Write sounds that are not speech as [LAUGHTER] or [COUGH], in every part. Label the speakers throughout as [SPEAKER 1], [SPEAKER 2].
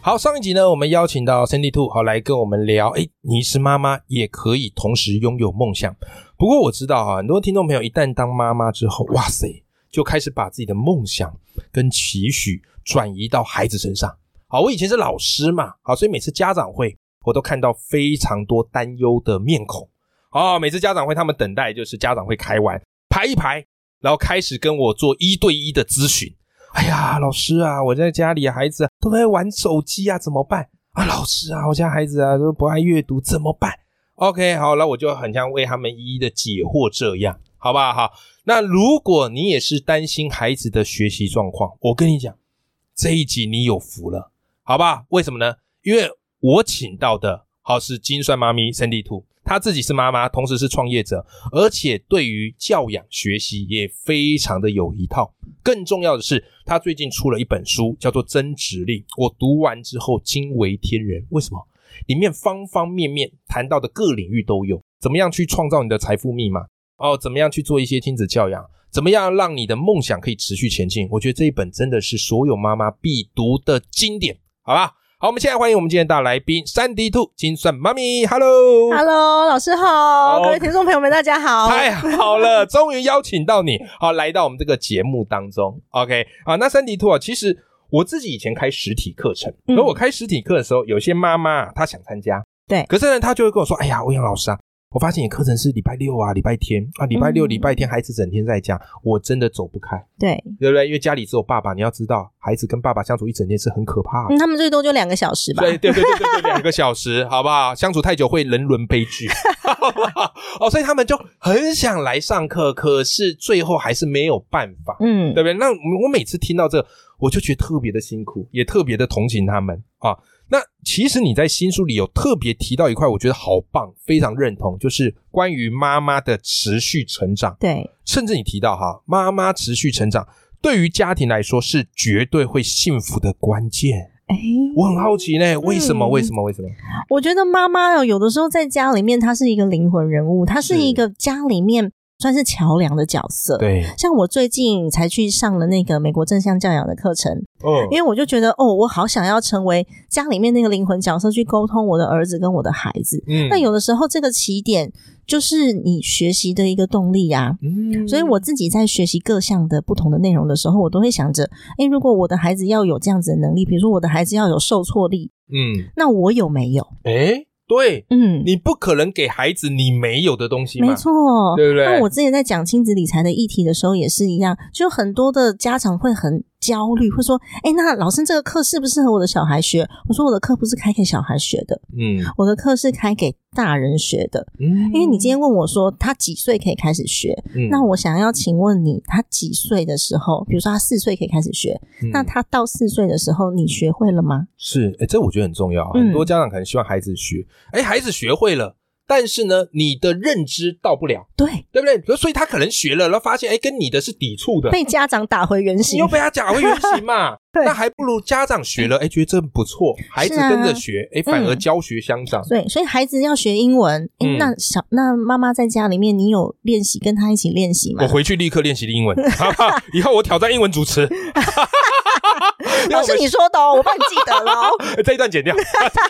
[SPEAKER 1] 好，上一集呢，我们邀请到 Cindy Two 好来跟我们聊，诶，你是妈妈也可以同时拥有梦想。不过我知道啊哈、很多听众朋友一旦当妈妈之后，哇塞，就开始把自己的梦想跟期许转移到孩子身上。好，我以前是老师嘛，好，所以每次家长会，我都看到非常多担忧的面孔。哦，每次家长会他们等待就是家长会开完排一排，然后开始跟我做一对一的咨询。哎呀，老师啊，我在家里啊孩子、啊、都在玩手机啊，怎么办啊？老师啊，我家孩子啊都不爱阅读，怎么办？OK，好，那我就很想为他们一一的解惑，这样好不好？好，那如果你也是担心孩子的学习状况，我跟你讲，这一集你有福了，好吧？为什么呢？因为我请到的好是金算妈咪 Cindy Two，她自己是妈妈，同时是创业者，而且对于教养学习也非常的有一套。更重要的是，她最近出了一本书，叫做《增值力》，我读完之后惊为天人。为什么？里面方方面面谈到的各领域都有，怎么样去创造你的财富密码？哦，怎么样去做一些亲子教养？怎么样让你的梦想可以持续前进？我觉得这一本真的是所有妈妈必读的经典，好吧？好，我们现在欢迎我们今天的大来宾三 D Two 金算妈咪，Hello。
[SPEAKER 2] Hello，老师好，各位听众朋友们，大家好。
[SPEAKER 1] 太好了，终于邀请到你，好来到我们这个节目当中。OK，好，那三 D Two 啊，其实我自己以前开实体课程，
[SPEAKER 2] 嗯
[SPEAKER 1] 而我开实体课的时候，有些妈妈啊她想参加，
[SPEAKER 2] 对
[SPEAKER 1] 可是呢，她就会跟我说：“哎呀，欧阳老师啊，我发现你课程是礼拜六啊、礼拜天啊、礼拜六、
[SPEAKER 2] 嗯
[SPEAKER 1] 礼拜天，孩子整天在家，我真的走不开，
[SPEAKER 2] 对，
[SPEAKER 1] 对不对？因为家里只有爸爸，你要知道，孩子跟爸爸相处一整天是很可怕的。
[SPEAKER 2] 嗯，他们最多就两个小时吧。
[SPEAKER 1] 对对对对对对，两个小时，好不好？相处太久会人伦悲剧，好不好？哦，所以他们就很想来上课，可是最后还是没有办法，
[SPEAKER 2] 嗯
[SPEAKER 1] 对不对？那我我每次听到这，我就觉得特别的辛苦，也特别的同情他们啊。那其实你在新书里有特别提到一块，我觉得好棒，非常认同，就是关于妈妈的持续成长。
[SPEAKER 2] 对
[SPEAKER 1] 甚至你提到哈，妈妈持续成长对于家庭来说是绝对会幸福的关键。
[SPEAKER 2] 哎，
[SPEAKER 1] 我很好奇呢，为什么？
[SPEAKER 2] 嗯
[SPEAKER 1] 为什么？为什么？
[SPEAKER 2] 我觉得妈妈哦，有的时候在家里面，她是一个灵魂人物，她是一个家里面算是桥梁的角色。
[SPEAKER 1] 对，
[SPEAKER 2] 像我最近才去上了那个美国正向教养的课程，
[SPEAKER 1] 嗯
[SPEAKER 2] 因为我就觉得哦，我好想要成为家里面那个灵魂角色，去沟通我的儿子跟我的孩子。
[SPEAKER 1] 嗯
[SPEAKER 2] 那有的时候这个起点就是你学习的一个动力啊呀、
[SPEAKER 1] 嗯
[SPEAKER 2] 所以我自己在学习各项的不同的内容的时候，我都会想着，诶，如果我的孩子要有这样子的能力，比如说我的孩子要有受挫力，
[SPEAKER 1] 嗯，
[SPEAKER 2] 那我有没有？
[SPEAKER 1] 哎，对
[SPEAKER 2] 嗯，
[SPEAKER 1] 你不可能给孩子你没有的东西嘛，
[SPEAKER 2] 没，错。
[SPEAKER 1] 对不对？
[SPEAKER 2] 那我之前在讲亲子理财的议题的时候也是一样，就很多的家长会很焦虑，会说：“诶，那老师这个课适不适合我的小孩学？”我说：“我的课不是开给小孩学的，
[SPEAKER 1] 嗯
[SPEAKER 2] 我的课是开给大人学的。
[SPEAKER 1] 嗯
[SPEAKER 2] 因为你今天问我说他几岁可以开始学，
[SPEAKER 1] 嗯
[SPEAKER 2] 那我想要请问你，他几岁的时候，比如说他四岁可以开始学，
[SPEAKER 1] 嗯
[SPEAKER 2] 那他到四岁的时候，你学会了吗？
[SPEAKER 1] 是，哎，这我觉得很重要啊。
[SPEAKER 2] 嗯
[SPEAKER 1] 很多家长可能希望孩子学，哎，孩子学会了，但是呢，你的认知到不了，
[SPEAKER 2] 对，
[SPEAKER 1] 对不对？所以他可能学了，然后发现，哎，跟你的是抵触的，
[SPEAKER 2] 被家长打回原
[SPEAKER 1] 你
[SPEAKER 2] 形。
[SPEAKER 1] 又。被他讲回原形嘛
[SPEAKER 2] [LAUGHS] 对
[SPEAKER 1] 那还不如家长学了，哎，觉得这不错，孩子
[SPEAKER 2] 是啊
[SPEAKER 1] 跟着学，哎，反而
[SPEAKER 2] 嗯
[SPEAKER 1] 教学相长。
[SPEAKER 2] 对，所以孩子要学英文，诶
[SPEAKER 1] 嗯
[SPEAKER 2] 那小那妈妈在家里面，你有练习跟他一起练习吗
[SPEAKER 1] 我？回去立刻练习英文， [LAUGHS] 好不好？以后我挑战英文主持。
[SPEAKER 2] [LAUGHS]
[SPEAKER 1] 因为
[SPEAKER 2] 老
[SPEAKER 1] 我
[SPEAKER 2] 师
[SPEAKER 1] 们
[SPEAKER 2] 你说的哦，我帮你记得了
[SPEAKER 1] [LAUGHS]
[SPEAKER 2] 哦。
[SPEAKER 1] 这一段剪掉，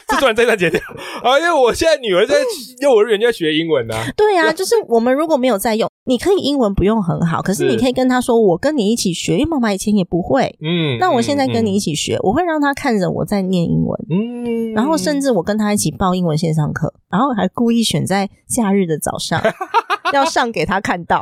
[SPEAKER 1] 这段这一段剪掉啊！因为我现在女儿在幼儿园就在学英文呢、啊。
[SPEAKER 2] 对啊，就是我们如果没有在用，你可以英文不用很好，可是
[SPEAKER 1] 是
[SPEAKER 2] 你可以跟他说，我跟你一起学，因为妈妈以前也不会，
[SPEAKER 1] 嗯，
[SPEAKER 2] 那我现在跟你一
[SPEAKER 1] 嗯，
[SPEAKER 2] 起学，我会让他看着我在念英文。
[SPEAKER 1] 嗯，
[SPEAKER 2] 然后甚至我跟他一起报英文线上课，然后还故意选在假日的
[SPEAKER 1] [LAUGHS]
[SPEAKER 2] 早上要上给他看到，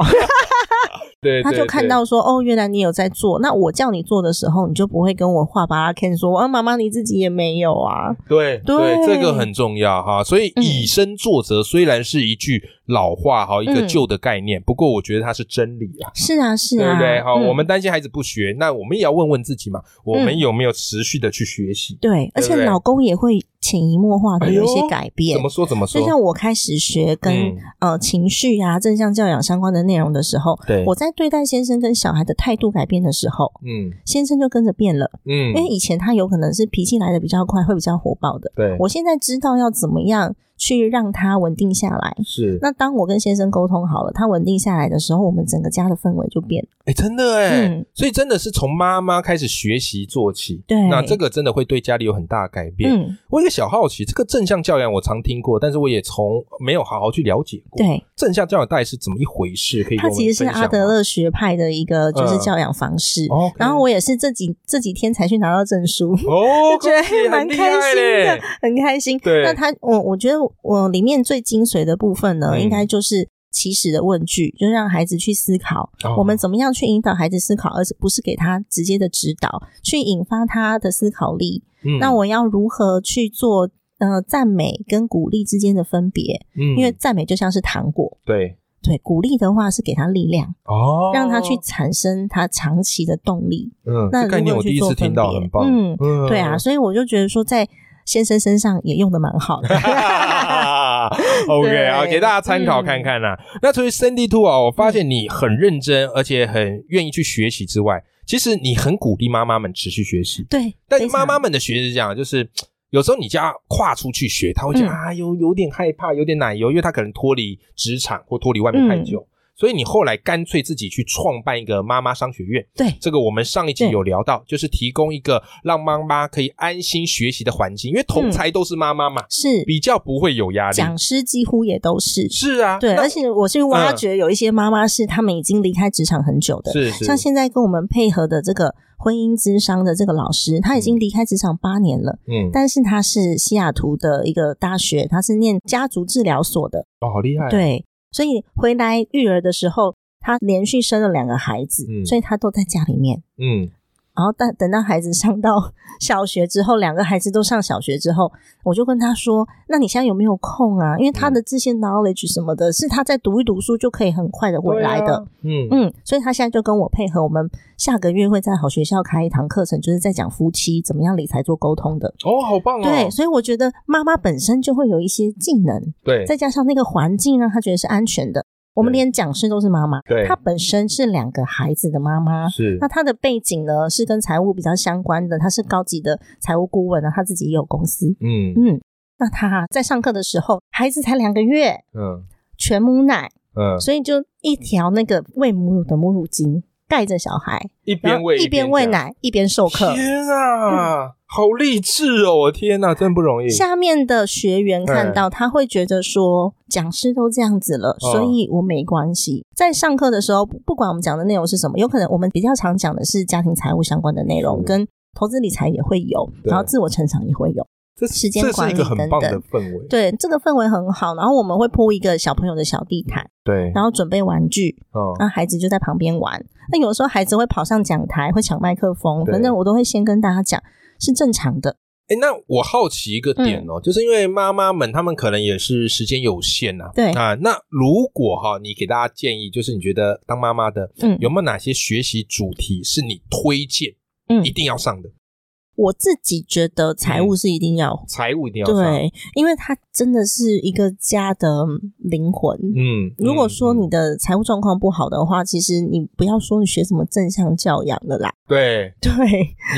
[SPEAKER 1] 对，对
[SPEAKER 2] 他就看，到说哦，原来你有在做。那我叫你做的时候，你就不会跟我话巴拉 Ken 说，啊，妈妈你自己也没有啊。
[SPEAKER 1] 对对
[SPEAKER 2] 对
[SPEAKER 1] 这个很重要哈。所以以身作则虽然是一句老化哈一个
[SPEAKER 2] 嗯
[SPEAKER 1] 旧的概念，不过我觉得它是真理啊。
[SPEAKER 2] 是啊，是
[SPEAKER 1] 对
[SPEAKER 2] 啊，
[SPEAKER 1] 不对？好，
[SPEAKER 2] 嗯
[SPEAKER 1] 我们担心孩子不学，那我们也要问问自己嘛，我们
[SPEAKER 2] 嗯
[SPEAKER 1] 有没有持续的去学习？
[SPEAKER 2] 对，而
[SPEAKER 1] 对不
[SPEAKER 2] 且
[SPEAKER 1] 对
[SPEAKER 2] 老公也会潜移默化的有一
[SPEAKER 1] 哎
[SPEAKER 2] 些
[SPEAKER 1] 呦
[SPEAKER 2] 改变
[SPEAKER 1] 怎么。说？怎么说
[SPEAKER 2] 就？像我开始学跟、
[SPEAKER 1] 嗯
[SPEAKER 2] 呃情绪啊、正向教养相关的内容的时候，
[SPEAKER 1] 对
[SPEAKER 2] 我在对待先生跟小孩的态度改变的时候，
[SPEAKER 1] 嗯
[SPEAKER 2] 先生就跟着变了。
[SPEAKER 1] 嗯
[SPEAKER 2] 因为以前他有可能是脾气来的比较快，会比较火爆的。
[SPEAKER 1] 对，
[SPEAKER 2] 我现在知道要怎么样去让他稳定下来。
[SPEAKER 1] 是
[SPEAKER 2] 那当我跟先生沟通好了，他稳定下来的时候，我们整个家的氛围就变了。
[SPEAKER 1] 哎，真的哎、
[SPEAKER 2] 嗯
[SPEAKER 1] 所以真的是从妈妈开始学习做起。
[SPEAKER 2] 对
[SPEAKER 1] 那这个真的会对家里有很大的改变。
[SPEAKER 2] 嗯，
[SPEAKER 1] 我有一个小好奇，这个正向教养我常听过，但是我也从没有好好去了解过。，
[SPEAKER 2] 对，
[SPEAKER 1] 正向教养到底是怎么一回事？可以
[SPEAKER 2] 他
[SPEAKER 1] 跟我们
[SPEAKER 2] 其实是
[SPEAKER 1] 分享
[SPEAKER 2] 阿
[SPEAKER 1] 吗
[SPEAKER 2] 德勒学派的一个就是
[SPEAKER 1] 嗯
[SPEAKER 2] 教养方式。
[SPEAKER 1] 哦，
[SPEAKER 2] 然后我也是这几这几天才去拿到证书。 [LAUGHS]
[SPEAKER 1] 哦，
[SPEAKER 2] 就觉
[SPEAKER 1] 恭喜
[SPEAKER 2] 得蛮
[SPEAKER 1] 很厉
[SPEAKER 2] 开
[SPEAKER 1] 害
[SPEAKER 2] 心的
[SPEAKER 1] 嘞，
[SPEAKER 2] 很开心。
[SPEAKER 1] 对
[SPEAKER 2] 那他我我觉得我里面最精髓的部分呢，
[SPEAKER 1] 嗯
[SPEAKER 2] 应该就是起始的问句，就让孩子去思考，
[SPEAKER 1] 哦
[SPEAKER 2] 我们怎么样去引导孩子思考，而是不是给他直接的指导，去引发他的思考力。
[SPEAKER 1] 嗯
[SPEAKER 2] 那我要如何去做？呃，赞美跟鼓励之间的分别，
[SPEAKER 1] 因
[SPEAKER 2] 因为赞美就像是糖果，
[SPEAKER 1] 嗯对
[SPEAKER 2] 对，鼓励的话是给他力量，
[SPEAKER 1] 哦，
[SPEAKER 2] 让他去产生他长期的动力。
[SPEAKER 1] 嗯，
[SPEAKER 2] 那
[SPEAKER 1] 这概念我第一次听到，
[SPEAKER 2] 如果去
[SPEAKER 1] 很
[SPEAKER 2] 做
[SPEAKER 1] 棒。
[SPEAKER 2] 分别
[SPEAKER 1] 嗯
[SPEAKER 2] 对啊，所以我就觉得说，在先生身上也用的蛮好
[SPEAKER 1] [LAUGHS]
[SPEAKER 2] 的。
[SPEAKER 1] OK
[SPEAKER 2] 对嗯
[SPEAKER 1] 啊，给大家参考看看啦、那除了 Sandy Two 啊，我发现你很认真，而且很愿意去学习之外，其实你很鼓励妈妈们持续学习。
[SPEAKER 2] 对，
[SPEAKER 1] [LAUGHS] 但是
[SPEAKER 2] 非常
[SPEAKER 1] 妈妈们的学是这样，啊就是有时候你叫她跨出去学，她会觉得、
[SPEAKER 2] 嗯
[SPEAKER 1] 啊有有点害怕，有点奶油，因为她可能脱离职场或脱离外面太久。
[SPEAKER 2] 嗯
[SPEAKER 1] 所以你后来干脆自己去创办一个妈妈商学院，
[SPEAKER 2] 对
[SPEAKER 1] 这个我们上一集
[SPEAKER 2] 对
[SPEAKER 1] 有聊到，就是提供一个让妈妈可以安心学习的环境，因为
[SPEAKER 2] 嗯
[SPEAKER 1] 同才都是妈妈嘛，
[SPEAKER 2] 是
[SPEAKER 1] 比较不会有压力。
[SPEAKER 2] 讲师几乎也都是
[SPEAKER 1] 是啊，
[SPEAKER 2] 对，
[SPEAKER 1] 那嗯
[SPEAKER 2] 而且我是挖掘有一些妈妈是他们已经离开职场很久的，
[SPEAKER 1] 是是
[SPEAKER 2] 像现在跟我们配合的这个婚姻咨商的这个老师，他已经离开职场八年了，
[SPEAKER 1] 嗯，
[SPEAKER 2] 但是他是西雅图的一个大学，他是念家族治疗所的，
[SPEAKER 1] 哦，好厉害，，
[SPEAKER 2] 对，所以回来育儿的时候，他连续生了两个孩子，
[SPEAKER 1] 嗯
[SPEAKER 2] 所以他都在家里面。
[SPEAKER 1] 嗯，
[SPEAKER 2] 然后但等到孩子上到小学之后，两个孩子都上小学之后，我就跟他说：“那你现在有没有空啊？因为
[SPEAKER 1] 嗯
[SPEAKER 2] 他的这些 knowledge 什么的，是他在读一读书就可以很快的回来
[SPEAKER 1] 对
[SPEAKER 2] 的。
[SPEAKER 1] 啊，嗯
[SPEAKER 2] 嗯，所以他现在就跟我配合，我们下个月会在好学校开一堂课程，就是在讲夫妻怎么样理财做沟通的。
[SPEAKER 1] 哦，好棒哦，
[SPEAKER 2] 对，所以我觉得妈妈本身就会有一些技能，
[SPEAKER 1] 对，
[SPEAKER 2] 再加上那个环境让她觉得是安全的。我们
[SPEAKER 1] 对
[SPEAKER 2] 连讲师都是妈妈，
[SPEAKER 1] 对
[SPEAKER 2] 她本身是两个孩子的妈妈，
[SPEAKER 1] 是
[SPEAKER 2] 啊那他的背景呢是跟财务比较相关的，他是高级的财务顾问啊，他自己也有公司。
[SPEAKER 1] 嗯
[SPEAKER 2] 嗯，那他在上课的时候，孩子才两个月，
[SPEAKER 1] 嗯
[SPEAKER 2] 全母奶，
[SPEAKER 1] 嗯，
[SPEAKER 2] 所以就一条那个喂母乳的母乳巾盖着小孩，
[SPEAKER 1] 一
[SPEAKER 2] 然
[SPEAKER 1] 边
[SPEAKER 2] 后
[SPEAKER 1] 喂
[SPEAKER 2] 一边喂
[SPEAKER 1] 讲。
[SPEAKER 2] 奶一边授课。嗯
[SPEAKER 1] 天啊，好励志哦！我天哪，真不容易。
[SPEAKER 2] 下面的学员看到，他会觉得说，讲师都这样子了，
[SPEAKER 1] 哦
[SPEAKER 2] 所以我没关系。在上课的时候，不不管我们讲的内容是什么，有可能我们比较常讲的是家庭财务相关的内容，
[SPEAKER 1] 是
[SPEAKER 2] 跟投资理财也会有，
[SPEAKER 1] 嗯对
[SPEAKER 2] 然后自我成长也会有。
[SPEAKER 1] 这
[SPEAKER 2] 时间
[SPEAKER 1] 这
[SPEAKER 2] 管
[SPEAKER 1] 是
[SPEAKER 2] 理
[SPEAKER 1] 一个很棒的
[SPEAKER 2] 等
[SPEAKER 1] 氛围。
[SPEAKER 2] 对，这个氛围很好。然后我们会铺一个小朋友的小地毯，
[SPEAKER 1] 对，
[SPEAKER 2] 然后啊准备玩具，
[SPEAKER 1] 哦，
[SPEAKER 2] 那孩子就在旁边玩。那有时候孩子会跑上讲台，会抢麦克风，
[SPEAKER 1] 对
[SPEAKER 2] 反正我都会先跟大家讲，是正常的。
[SPEAKER 1] 哎，那我好奇一个点
[SPEAKER 2] 嗯
[SPEAKER 1] 哦，就是因为妈妈们她们可能也是时间有限呐。
[SPEAKER 2] 对
[SPEAKER 1] 啊，那如果哈，你给大家建议，就是你觉得当妈妈的
[SPEAKER 2] 嗯，
[SPEAKER 1] 有没有哪些学习主题是你推荐
[SPEAKER 2] 嗯
[SPEAKER 1] 一定要上的？
[SPEAKER 2] 我自己觉得财
[SPEAKER 1] 嗯
[SPEAKER 2] 务是一定要。
[SPEAKER 1] 财务一定要上。
[SPEAKER 2] 对，因为它真的是一个家的灵魂。
[SPEAKER 1] 嗯，嗯，
[SPEAKER 2] 如果说你
[SPEAKER 1] 嗯
[SPEAKER 2] 的财务状况不好的话，其实你不要说你学什么正向教养了啦。 [LAUGHS]
[SPEAKER 1] 对
[SPEAKER 2] 对，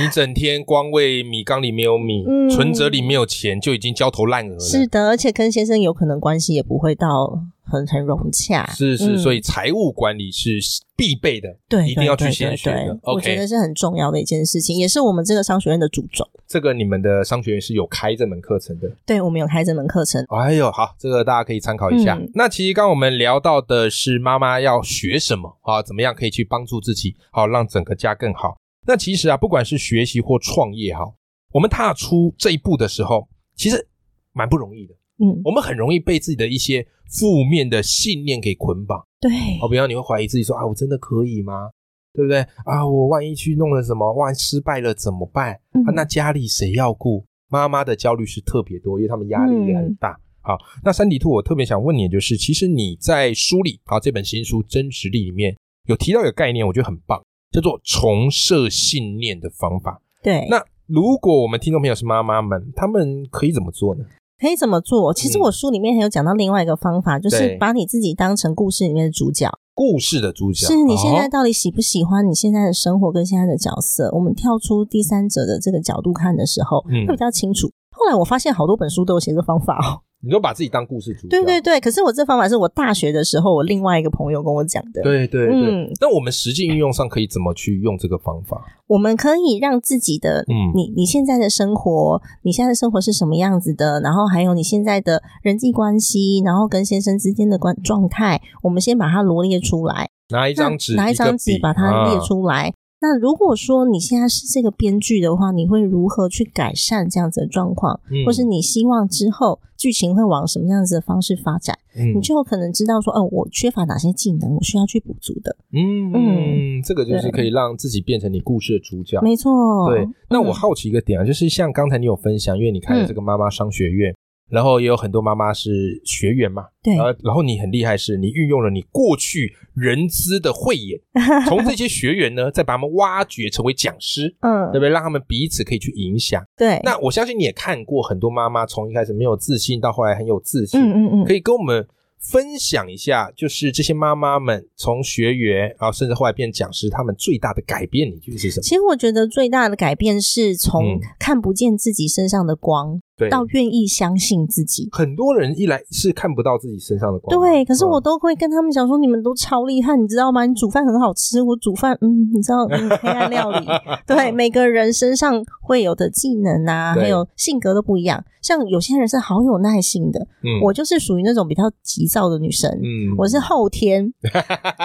[SPEAKER 1] 你整天光为米缸里没有米，
[SPEAKER 2] 嗯
[SPEAKER 1] 存折里没有钱，就已经焦头烂额了。
[SPEAKER 2] 是的，而且跟先生有可能关系也不会到很很融洽。
[SPEAKER 1] 是是，
[SPEAKER 2] 嗯
[SPEAKER 1] 所以财务管理是必备的，
[SPEAKER 2] 对，
[SPEAKER 1] 一定要去
[SPEAKER 2] 对
[SPEAKER 1] 先
[SPEAKER 2] 对
[SPEAKER 1] 学
[SPEAKER 2] 对
[SPEAKER 1] 的
[SPEAKER 2] 对。我觉
[SPEAKER 1] OK，
[SPEAKER 2] 得是很重要的一件事情，也是我们这个商学院的主轴。
[SPEAKER 1] 这个你们的商学院是有开这门课程的。
[SPEAKER 2] 对，我们有开这门课程，
[SPEAKER 1] 哎呦，好，这个大家可以参考一下。
[SPEAKER 2] 嗯
[SPEAKER 1] 那其实刚刚我们聊到的是妈妈要学什么啊，怎么样可以去帮助自己，好让整个家更好。那其实啊，不管是学习或创业哈，我们踏出这一步的时候，其实蛮不容易的。
[SPEAKER 2] 嗯，
[SPEAKER 1] 我们很容易被自己的一些负面的信念给捆绑。
[SPEAKER 2] 对，
[SPEAKER 1] 好，比方你会怀疑自己说啊，我真的可以吗？对不对啊？我万一去弄了什么，万一失败了怎么办？啊
[SPEAKER 2] 嗯，嗯
[SPEAKER 1] 那家里谁要顾？妈妈的焦虑是特别多，因为他们压力也很大。好，那三体兔，我特别想问你，就是其实你在书里啊这本新书《真实力》里面有提到一个概念，我觉得很棒，叫做重设信念的方法。
[SPEAKER 2] 对，
[SPEAKER 1] 那如果我们听众朋友是妈妈们，他们可以怎么做呢？
[SPEAKER 2] 可以怎么做？其
[SPEAKER 1] 嗯
[SPEAKER 2] 实我书里面还有讲到另外一个方法，就是把你自己当成故事里面的主角。
[SPEAKER 1] 故事的主角
[SPEAKER 2] 是你现在
[SPEAKER 1] 哦
[SPEAKER 2] 到底喜不喜欢你现在的生活跟现在的角色？我们跳出第三者的这个角度看的时候，
[SPEAKER 1] 嗯
[SPEAKER 2] 会比较清楚。后来我发现好多本书都有写这个方法
[SPEAKER 1] [LAUGHS]
[SPEAKER 2] 哦。
[SPEAKER 1] 你就把自己当故事主角，
[SPEAKER 2] 对对对，可是我这方法是我大学的时候我另外一个朋友跟我讲的。
[SPEAKER 1] 对对对。
[SPEAKER 2] 嗯，
[SPEAKER 1] 那我们实际运用上可以怎么去用这个方法？
[SPEAKER 2] 我们可以让自己的
[SPEAKER 1] 嗯，
[SPEAKER 2] 你你现在的生活，你现在的生活是什么样子的？然后还有你现在的人际关系，然后跟先生之间的关状态，我们先把它罗列出来。
[SPEAKER 1] 拿一张纸，
[SPEAKER 2] 那拿一张
[SPEAKER 1] 个
[SPEAKER 2] 纸
[SPEAKER 1] 笔
[SPEAKER 2] 把它列。
[SPEAKER 1] 啊
[SPEAKER 2] 出来。那如果说你现在是这个编剧的话，你会如何去改善这样子的状况，
[SPEAKER 1] 嗯
[SPEAKER 2] 或是你希望之后剧情会往什么样子的方式发展？
[SPEAKER 1] 嗯
[SPEAKER 2] 你就有可能知道说，哦，我缺乏哪些技能，我需要去补足的。
[SPEAKER 1] 嗯，这个就是
[SPEAKER 2] 对
[SPEAKER 1] 可以让自己变成你故事的主角。
[SPEAKER 2] 没错，
[SPEAKER 1] 啊对，那我
[SPEAKER 2] 嗯
[SPEAKER 1] 好奇一个点啊，就是像刚才你有分享，因为你开了这个妈妈商学院，然后也有很多妈妈是学员嘛，
[SPEAKER 2] 对
[SPEAKER 1] 然后然后你很厉害是，你运用了你过去人资的慧眼，从这
[SPEAKER 2] [LAUGHS]
[SPEAKER 1] 些学员呢，再把他们挖掘成为讲师，对不
[SPEAKER 2] 嗯，
[SPEAKER 1] 对？让他们彼此可以去影响。
[SPEAKER 2] 对，
[SPEAKER 1] 那我相信你也看过很多妈妈从一开始没有自信到后来很有自信，
[SPEAKER 2] 嗯嗯嗯，
[SPEAKER 1] 可以跟我们分享一下，就是这些妈妈们从学员，然后甚至后来变讲师，他们最大的改变，你觉得是什么？
[SPEAKER 2] 其实我觉得最大的改变是
[SPEAKER 1] 嗯
[SPEAKER 2] 从看不见自己身上的光，
[SPEAKER 1] 对，
[SPEAKER 2] 到愿意相信自己。
[SPEAKER 1] 很多人一来是看不到自己身上的光芒，
[SPEAKER 2] 对，可是 [LAUGHS] 我
[SPEAKER 1] 嗯
[SPEAKER 2] 都会跟他们讲说，你们都超厉害，你知道吗？你煮饭很好吃，我煮饭，嗯，你知道，嗯，黑暗料
[SPEAKER 1] [LAUGHS]
[SPEAKER 2] 理。对，每个人身上会有的技能
[SPEAKER 1] 嗯
[SPEAKER 2] 啊，
[SPEAKER 1] 对
[SPEAKER 2] 还有性格都不一样。像有些人是好有耐心的，
[SPEAKER 1] 嗯
[SPEAKER 2] 我就是属于那种比较急躁的女生，
[SPEAKER 1] 嗯
[SPEAKER 2] 我是后天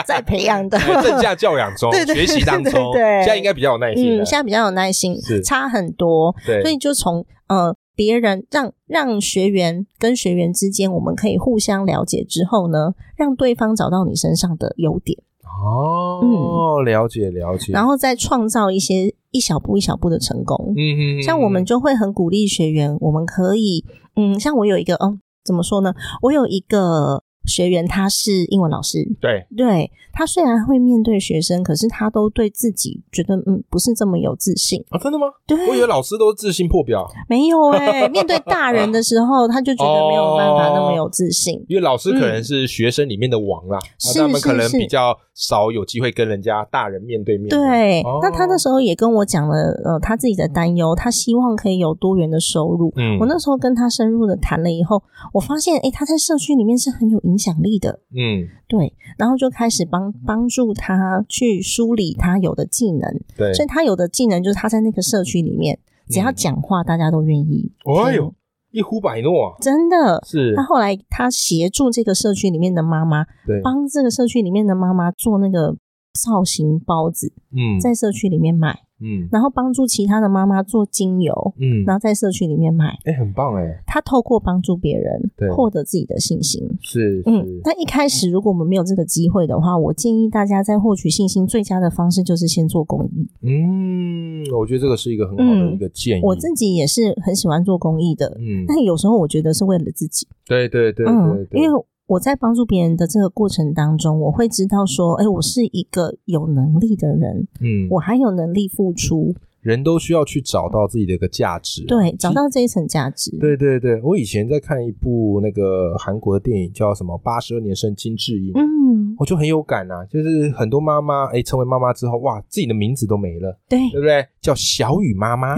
[SPEAKER 2] 在培养的。
[SPEAKER 1] 哎 [LAUGHS] 正
[SPEAKER 2] [LAUGHS]
[SPEAKER 1] 价教养中，
[SPEAKER 2] 对对
[SPEAKER 1] 学习当中，
[SPEAKER 2] 对对对
[SPEAKER 1] 现在应该比较有耐心了，啊
[SPEAKER 2] 嗯，现在比较有耐心
[SPEAKER 1] 是，
[SPEAKER 2] 差很多。
[SPEAKER 1] 对，
[SPEAKER 2] 所以就从呃别人让让学员跟学员之间，我们可以互相了解之后呢，让对方找到你身上的优点，
[SPEAKER 1] 哦，了解了解，
[SPEAKER 2] 嗯然后再创造一些一小步一小步的成功。
[SPEAKER 1] 嗯嗯，嗯
[SPEAKER 2] 像我们就会很鼓励学员，我们可以嗯，像我有一个嗯，怎么说呢？我有一个学员，他是英文老师，
[SPEAKER 1] 对，
[SPEAKER 2] 对他虽然会面对学生，可是他都对自己觉得嗯不是这么有自信。
[SPEAKER 1] 啊，真
[SPEAKER 2] [LAUGHS]
[SPEAKER 1] 的吗？
[SPEAKER 2] 对，
[SPEAKER 1] 我以为老师都是自信破表，
[SPEAKER 2] 没有哎、
[SPEAKER 1] [LAUGHS]
[SPEAKER 2] 面对大人的时候，他就觉得没有办法那么有自信。
[SPEAKER 1] 因为老师可能是学生里面的王啦，啊
[SPEAKER 2] 嗯是
[SPEAKER 1] 他们可能
[SPEAKER 2] 是是
[SPEAKER 1] 比较少有机会跟人家大人面 [LAUGHS] 对面。
[SPEAKER 2] 对，
[SPEAKER 1] 哦
[SPEAKER 2] 那他那时候也跟我讲了，呃，他自己的担忧，他希望可以有多元的收入。
[SPEAKER 1] 嗯
[SPEAKER 2] 我那时候跟他深入的谈了以后，我发现，诶，他在社区里面是很有影响力的，
[SPEAKER 1] 嗯，
[SPEAKER 2] 对，然后就开始帮帮助他去梳理他有的技能，
[SPEAKER 1] 对，
[SPEAKER 2] 所以他有的技能就是他在那个社区里面，只要
[SPEAKER 1] 嗯
[SPEAKER 2] 讲话，大家都愿意。
[SPEAKER 1] 哎呦，一呼百诺啊，
[SPEAKER 2] 真的，
[SPEAKER 1] 是
[SPEAKER 2] 那，嗯后啊来他协助这个社区里面的妈妈，
[SPEAKER 1] 对，
[SPEAKER 2] 帮这个社区里面的妈妈做那个造型包子，
[SPEAKER 1] 嗯，
[SPEAKER 2] 在社区里面卖，
[SPEAKER 1] 嗯
[SPEAKER 2] 然后帮助其他的妈妈做精油，
[SPEAKER 1] 嗯，
[SPEAKER 2] 然后在社区里面卖。
[SPEAKER 1] 哎，很棒哎，
[SPEAKER 2] 他透过帮助别人
[SPEAKER 1] 对，
[SPEAKER 2] 获得自己的信心。
[SPEAKER 1] 是，
[SPEAKER 2] 嗯
[SPEAKER 1] 是，
[SPEAKER 2] 那一开始如果我们没有这个机会的话，我建议大家在获取信心最佳的方式就是先做公益。
[SPEAKER 1] 嗯，我觉得这个是一个很好的
[SPEAKER 2] 嗯
[SPEAKER 1] 一个建议。
[SPEAKER 2] 我自己也是很喜欢做公益的，
[SPEAKER 1] 嗯，
[SPEAKER 2] 但有时候我觉得是为了自己。
[SPEAKER 1] 对对对对
[SPEAKER 2] 嗯，
[SPEAKER 1] 对，
[SPEAKER 2] 因为我在帮助别人的这个过程当中，我会知道说，哎，我是一个有能力的人，
[SPEAKER 1] 嗯，
[SPEAKER 2] 我还有能力付出，
[SPEAKER 1] 人都需要去找到自己的一个价值。啊
[SPEAKER 2] 对，找到这一层价值。
[SPEAKER 1] 对对对，我以前在看一部那个韩国的电影，叫什么《八十二年生金智英》，
[SPEAKER 2] 嗯，
[SPEAKER 1] 我就很有感啊，就是很多妈妈哎，成为妈妈之后，哇，自己的名字都没了，
[SPEAKER 2] 对，
[SPEAKER 1] 对不对？叫小雨妈
[SPEAKER 2] [LAUGHS]
[SPEAKER 1] 妈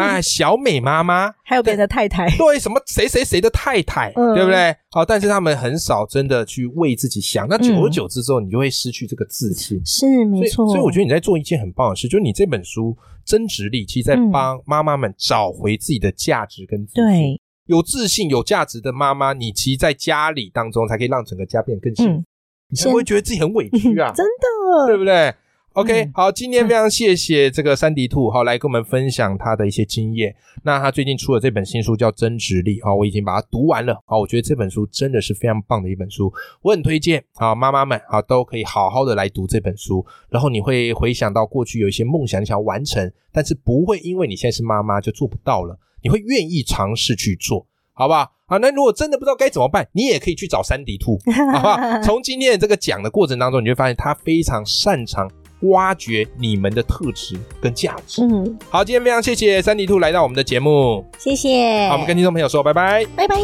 [SPEAKER 1] 啊，小美妈妈，
[SPEAKER 2] 还有别人的太太，
[SPEAKER 1] 对，什么谁谁谁的太太，
[SPEAKER 2] 嗯
[SPEAKER 1] 对不对？好，但是他们很少真的去为自己想，那久而久之之后，你就会失去这个自信。
[SPEAKER 2] 是嗯没
[SPEAKER 1] 所以，
[SPEAKER 2] 错。
[SPEAKER 1] 所以我觉得
[SPEAKER 2] 得，
[SPEAKER 1] 你在做一件很棒的事，就是你这本书《增值力》，其实在
[SPEAKER 2] 嗯
[SPEAKER 1] 帮妈妈们找回自己的价值跟自信。
[SPEAKER 2] 对，
[SPEAKER 1] 有自信、有价值的妈妈，你其实在家里当中才可以让整个家变得更幸福，
[SPEAKER 2] 嗯，
[SPEAKER 1] 你才不会觉得自己很委屈啊，
[SPEAKER 2] 真
[SPEAKER 1] 对
[SPEAKER 2] 的，
[SPEAKER 1] 不对？OK，、
[SPEAKER 2] 嗯
[SPEAKER 1] 好，今天非常谢谢这个山迪兔，好来跟我们分享他的一些经验。那他最近出了这本新书叫《增值力》，好，我已经把它读完了，好，我觉得这本书真的是非常棒的一本书，我很推荐啊，妈妈们啊都可以好好的来读这本书，然后你会回想到过去有一些梦想你想要完成，但是不会因为你现在是妈妈就做不到了，你会愿意尝试去做，好不好？啊。那如果真的不知道该怎么办，你也可以去找山迪兔，好不好？从今天的这个讲的过程当中，你就会发现他非常擅长挖掘你们的特质跟价值。
[SPEAKER 2] 嗯，
[SPEAKER 1] 好，今天非常谢谢山迪兔来到我们的节目，
[SPEAKER 2] 谢谢。
[SPEAKER 1] 好，我们跟听众朋友说拜拜。
[SPEAKER 2] 拜拜。